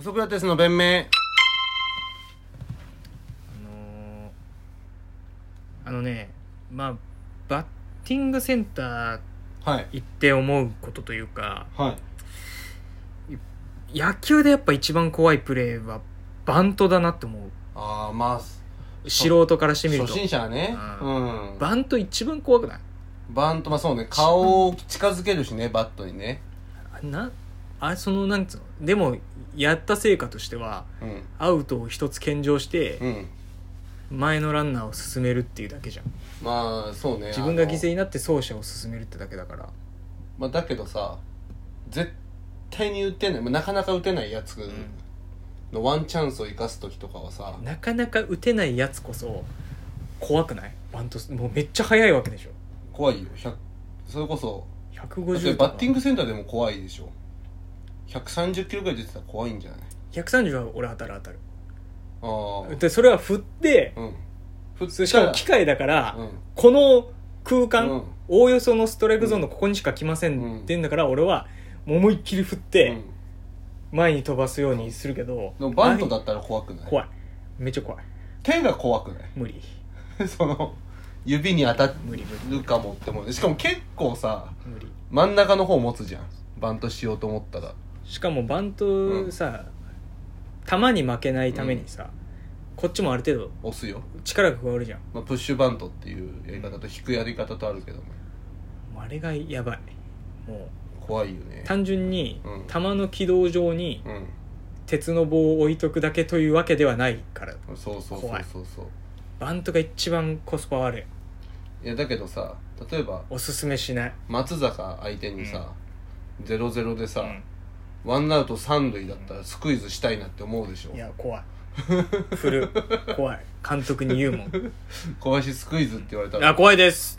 ソクラテスの弁明あのーあのねまあバッティングセンターはい行って思うことというかはい野球でやっぱ一番怖いプレーはバントだなって思ああまあう素人からしてみる初と心者はねううんバント一番怖くないバントまあそうね顔を近づけるしねバットにねあなあそのなんつうのでもやった成果としてはうんアウトを一つ献上してうん前のランナーを進めるっていうだけじゃんまあそうね自分が犠牲あのになって走者を進めるってだけだからまあだけどさ絶対に打てない、まあ、なかなか打てないやつのワンチャンスを生かす時とかはさなかなか打てないやつこそ怖くないバントもうめっちゃ速いわけでしょ怖いよ100それこそだって150バッティンググセンターでも怖いでしょ130キロぐらい出てたら怖いんじゃない130は俺当たる当たるあでそれは振ってあうん普それしかも機械だから、うんこの空間、うんおおよそのストライクゾーンのここにしか来ません、うんってんだから俺は思いっきり振っうてん前に飛ばすようにするけど、でもバントだったら怖くない怖いめっちゃ怖い手が怖くな無理い その指に当た無理無理るかもって思うしかも結構さ無理真ん中の方持つじゃんバントしようと思ったらしかもバンうトんさ、球に負けないためにさ、こっちもある程度押すよ、力が加わるじゃんまあ、プッシュバントっていうやり方と引くやり方とあるけどももうあれがやばいも怖いようね単純にうん球の軌道上にうん鉄の棒を置いとくだけというわけではないからそうそうそう怖いそうそうバントが一番コスパ悪いいやだけどさ例えばおすすめしない、松坂相手にさ、ゼロゼロでさ、うんワンアウト三塁だったらスクイズしたいなって思うでしょいや怖い振 る怖い監督に言うもん小林スクイズって言われたあら怖いです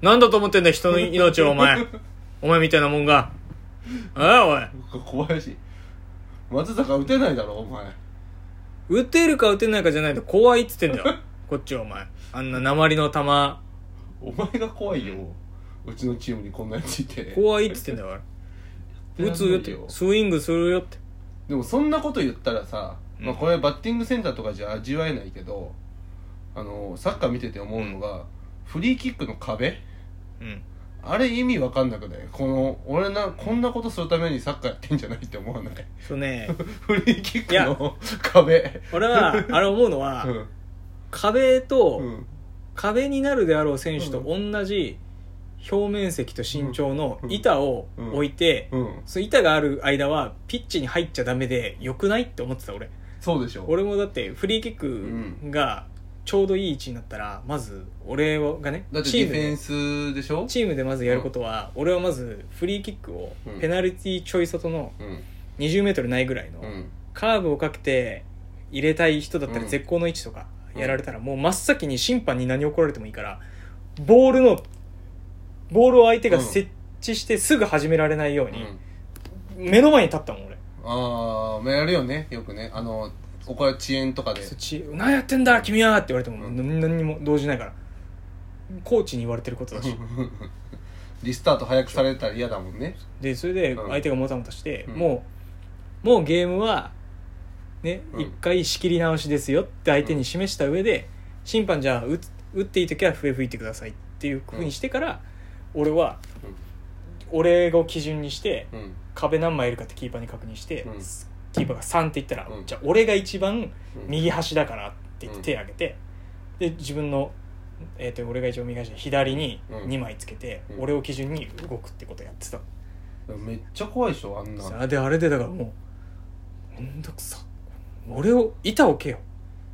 何だと思ってんだ人の命をお 前お前みたいなもんがああおい小林松坂打てないだろお前打てるか打てないかじゃないと怖いっつってんだよこっちはお前あんな鉛の球お前が怖いようちのチームにこんなやついて怖いっつってんだから打つよってスイングするよってでもそんなこと言ったらさ、まあ、これはバッティングセンターとかじゃ味わえないけどあのサッカー見てて思うのが、フリーキックの壁うんあれ意味わかんなくないこの俺なこんなことするためにサッカーやってんじゃないって思わない そうね フリーキックの壁俺はあれ思うのは、うん壁と、うん壁になるであろう選手と同じ表面積と身長の板を置いて、うんその板がある間はピッチに入っちゃダメでよくないって思ってた俺そうでしょ俺もだってフリーキックがちょうどいい位置になったらまず俺がねだってチデーィムフェンスででしょチームでまずやることは、俺はまずフリーキックをうんペナルティーちょい外のうん2 0ルないぐらいのうんカーブをかけて入れたい人だったうらん絶好の位置とかやられたらもう真っ先に審判に何怒られてもいいからボールのボールを相手が設置してすぐ始められないよううにん目の前に立ったもん俺ああまあやるよねよくねあのここは遅延とかでそっち「何やってんだ君は!」って言われてもうん何何にも動じないからコーチに言われてることだし リスタート早くされたら嫌だもんねでそれでうん相手がもたもたしてうんもうもうゲームはねうん一回仕切り直しですよって相手に示した上で審判じゃあ打つ打っていい時は笛吹いてくださいっていうふうにしてから俺はうん俺を基準にしてうん壁何枚いるかってキーパーに確認してうんキーパーが3って言ったらうんじゃあ俺が一番うん右端だからって言って手挙げてで自分の、えー、と俺が一応右端で左にうん2枚つけて、うん俺を基準に動くってことやってた、めっちゃ怖いでしょあんなさあであれでだからもうめんどくさ俺を板置けよ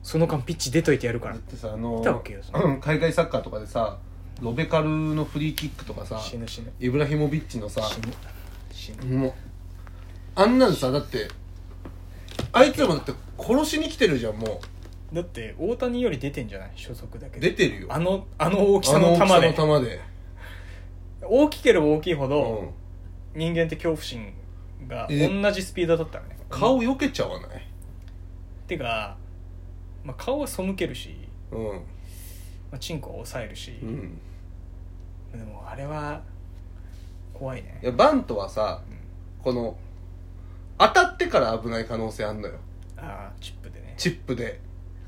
その間ピッチ出といてやるかだらってさあの来たわけよそうん海外サッカーとかでさロベカルのフリーキックとかさ死ぬ死ぬイブラヒモビッチのさ死ぬ死ぬもうあんなんさだってあいつらもだって殺しに来てるじゃんもだって大谷より出てんじゃない初速だけうで出てるよあのあの大きさあの球大できさの球で大きければ大きいほうどん人間って恐怖心がえ同じスピードだったらね顔避けちゃわないてか、まあ、顔は背けるし、うんまあ、チンコは抑えるしう、んでもあれは怖いねいやバントはさこの当たってから危ない可能性あんのよああチップでねチップで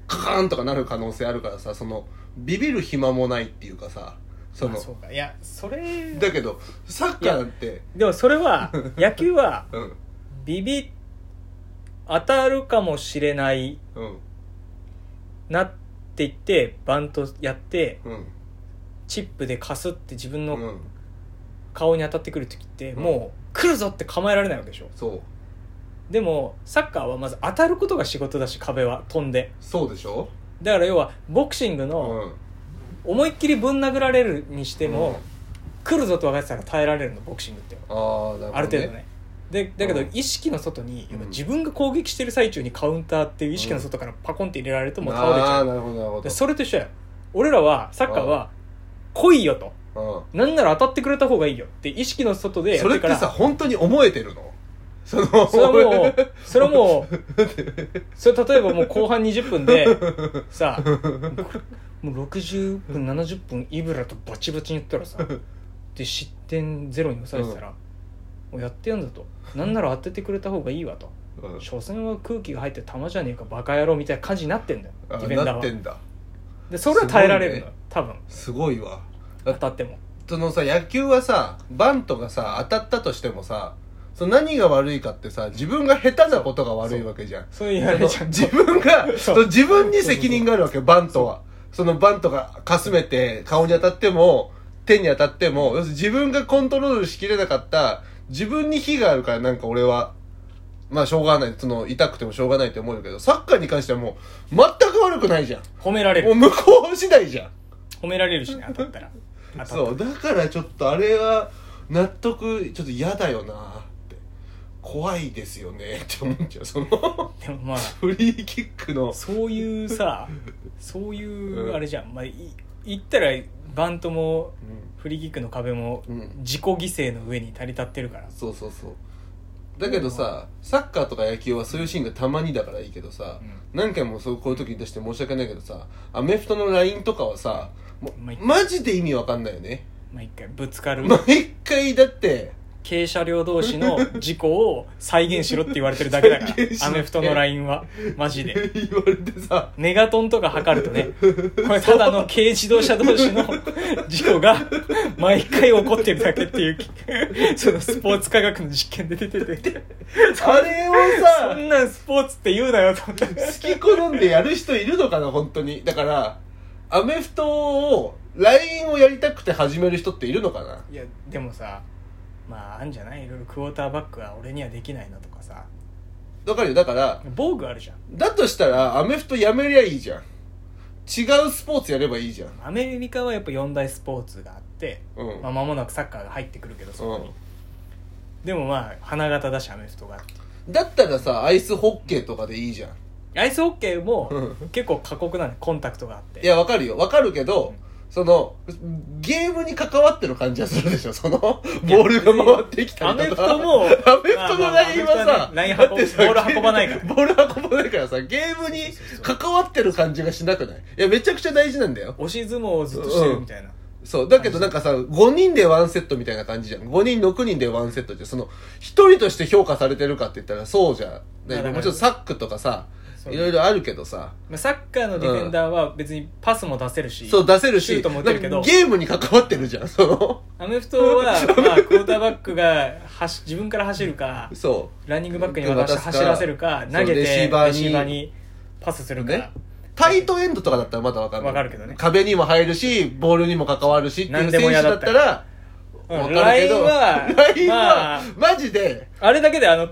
カカーンとかなる可能性あるからさそのビビる暇もないっていうかさそのあそうかいやそれだけどサッカーなんてでもそれは野球はうんビビ当たるかもしれないうんなって言ってバントやってうんチップでかすって自分うのん顔に当たってくる時って、うんもう来るぞって構えられないわけでしょそうでもサッカーはまず当たることが仕事だし壁は飛んでそうでしょだから要はボクシングうのん思いっきりぶん殴られるにしても、うん来るぞと分かってたら耐えられるのボクシングってああなるほど、ね、ある程度ねでだけどうん意識の外に、やっぱうん自分が攻撃してる最中にカウンターっていう意識の外からパコンって入れられるともう倒れちあゃあう、なるほどなるほどでそれと一緒や俺らはサッカーは来いよとうんなんなら当たってくれた方がいいよって意識の外でやそれるっかてらさ本当に思えてるのそのそれはもう、それはもう、それ例えばもう後半20分で、 さ、もう60分、70分、イブラとバチバチに言ったらさ、で、失点ゼロに抑えてたら、もうやってやんだと。なんなら当ててくれた方がいいわと。 うん所詮は空気が入って球じゃねえか、バカ野郎みたいな感じになってんだよ、デあィフェンダなってーは。んだで、それは耐えられするのよごい、多分。すごいわ当たっても。そのさ野球はさバントがさ当たったとしてもさその何が悪いかってさ自分が下手なことが悪いわけじゃんそう言われちゃう。自分がそうその自分に責任があるわけよバントはそのバントがかすめて顔に当たっても手に当たっても要するに自分がコントロールしきれなかった自分に非があるからなんか俺はまあしょうがないその痛くてもしょうがないって思うけどサッカーに関してはもう全く悪くないじゃん褒められもうる。向こう次第じゃん褒められるしね、当たったら。当たったらそうだからちょっとあれは納得ちょっと嫌だよなって怖いですよねって思っちゃうその でもまあ、フリーキックのそういう さそういううんあれじゃん、まあ、い言ったらバントもフリーキックの壁もうん自己犠牲の上に足り立ってるから、そうそうそうだけどさサッカーとか野球はそういうシーンがたまにだからいいけどさ、何回もそうこういう時に出して申し訳ないけどさアメフトのラインとかはさもまあいうマジで意味わかんないよねまあ、一回ぶつかる毎回だって軽車両同士の事故を再現しろって言われてるだけだか再現しらろアメフトのラインはマジ 言でわれてさメガトンとか測るとね これただの軽自動車同士の事故が毎回起こってるだけっていうそのスポーツ科学の実験で出ててあれをそさんなんスポーツって言うなよと思って好き好んでやる人いるのかな本当にだからアメフトを LINE をやりたくて始める人っているのかないやでもさまああんじゃないいろいろクォーターバックは俺にはできないなとかさわかるよだから防具あるじゃんだとしたらアメフトやめりゃいいじゃん違うスポーツやればいいじゃんアメリカはやっぱ四大スポーツがあって、うんまあ、間もなくサッカーが入ってくるけどそこに、うでもまあ花形だしアメフトがあってだったらさアイスホッケーとかでいいじゃんアイスホッケーもう結構過酷なのコンタクトがあっていやわかるよわかるけど、そのゲームに関わってる感じがするでしょそのボいやールが回ってきたりとかアメフトもアメフトのラインはまあまあさライン運ぶだってさボール運ばないかボらール運ばないからさゲームに関わってる感じがしなくないいやめちゃくちゃ大事なんだよ押し相撲をずっとしてるみたいな、そうだけどなんかさ5人でワンセットみたいな感じじゃん5人6人でワンセットってその1人として評価されてるかって言ったらそうじゃまあだねからもちろんサックとかさそういろいろあるけどさまあ、サッカーのディフェンダーは別にパスも出せるし、そう出せるシュしートも打てるけどなんかゲームに関わってるじゃんそのアメフトは、まあ、クォーターバックが走自分から走るかそうランニングバックに渡して渡すか走らせるか投げてそうレレシシーーババーーににパスするか、ねタイトエンドとかだったらまだわかるわかるけどね壁にも入るしボールにも関わるしっていう何選でも手嫌だだっったたらうんわかるけどラインはライン はまあマジであれだけであの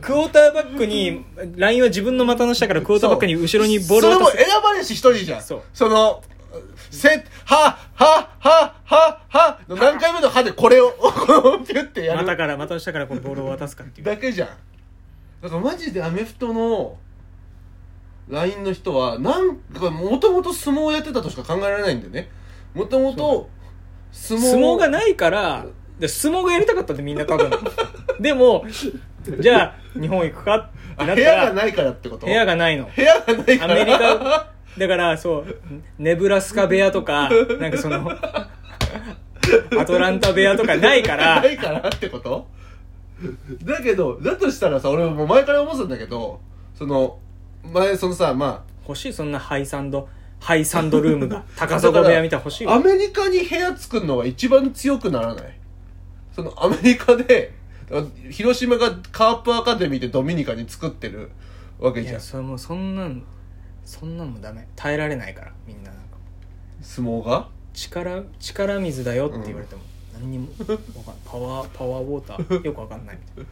クォーターバックにラインは自分の股の下からクォーターバックに後ろにボールそをれも渡す選ばれし一人じゃんそうのせはははははの何回目の歯でこれを このピュってや股るから股の下からこうボールを渡すかっていうだけじゃんだからマジでアメフトの LINE の人はなんかもともと相撲やってたとしか考えられないんだよねもともと相撲相撲がないからで相撲がやりたかったんでみんな多分でもじゃあ日本行くかってなあっ部た屋がらないからってこと部屋がないの部屋がないかアらメリカだからそうネブラスカ部屋とかなんかそのアトランタ部屋とかないからないからってことだけどだとしたらさ俺もう前から思ってたんだけどその前そのさま欲しいそんなハイサンドハイサンドルームが高砂部屋みたいな欲しいあアわメリカに部屋作るのが一番強くならないそのアメリカでだから広島がカープアカデミーでドミニカに作ってるわけいじゃやんそれもうそんなんそんなんもダメ耐えられないからみんななんか相撲が力力水だよって言われても、何にもわかんないパワーパワーウォーターよくわかんないみたい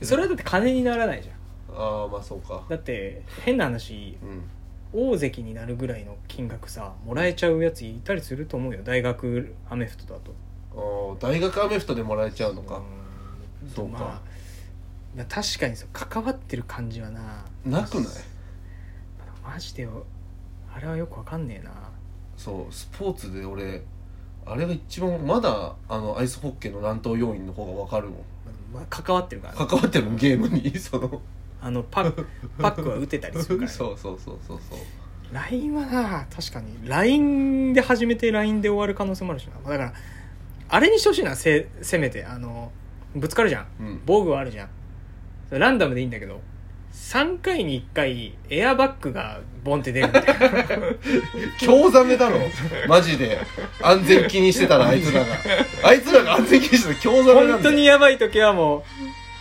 なそれはだって金にならないじゃんああまあそうかだって変な話うん大関になるぐらいの金額さもらえちゃうやついたりすると思うよ大学アメフトだとあー大学アメフトでもらえちゃうのかうんそうかまあ、確かにそう関わってる感じはななくないマジでよあれはよくわかんねえなそうスポーツで俺あれが一番まだあのアイスホッケーの乱闘要員の方が分かるもんまあ関わってるからね、関わってるもんゲームにそのあのパックパックは打てたりすそるうから、ね、そうそうそうそう LINE はな確かに LINE で始めて LINE で終わる可能性もあるしな、まあだからあれにしてほしいなせせめてあのぶつかるじゃんうん防具はあるじゃんそれランダムでいいんだけど3回に1回エアバッグがボンって出るみたいな 興ざめだ ろマジで安全気にしてたらあいつらがあいつらが安全気にしてたら興ざめなん本だ当よにやばい時はも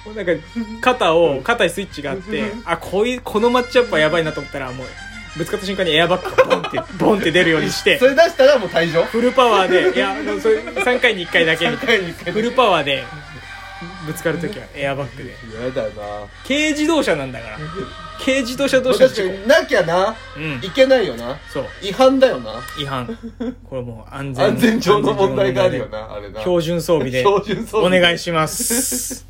うもうなんか肩を肩にスイッチがあってあこういうこのマッチアップはやばいなと思ったらもうぶつかった瞬間にエアバッグがボンってボンって出るようにしてそれ出したらもう退場フルパワーでいやもうそれ3回に1回だけみたいな3回に1回 フルパワーでぶつかるときはエアバッグで嫌だよな軽自動車なんだから軽自動車同士の確事か故になきゃなうんいけないよなそう違反だよな違反これもう安全安全上の問題があるよなあれな標準装備で標準装備お願いします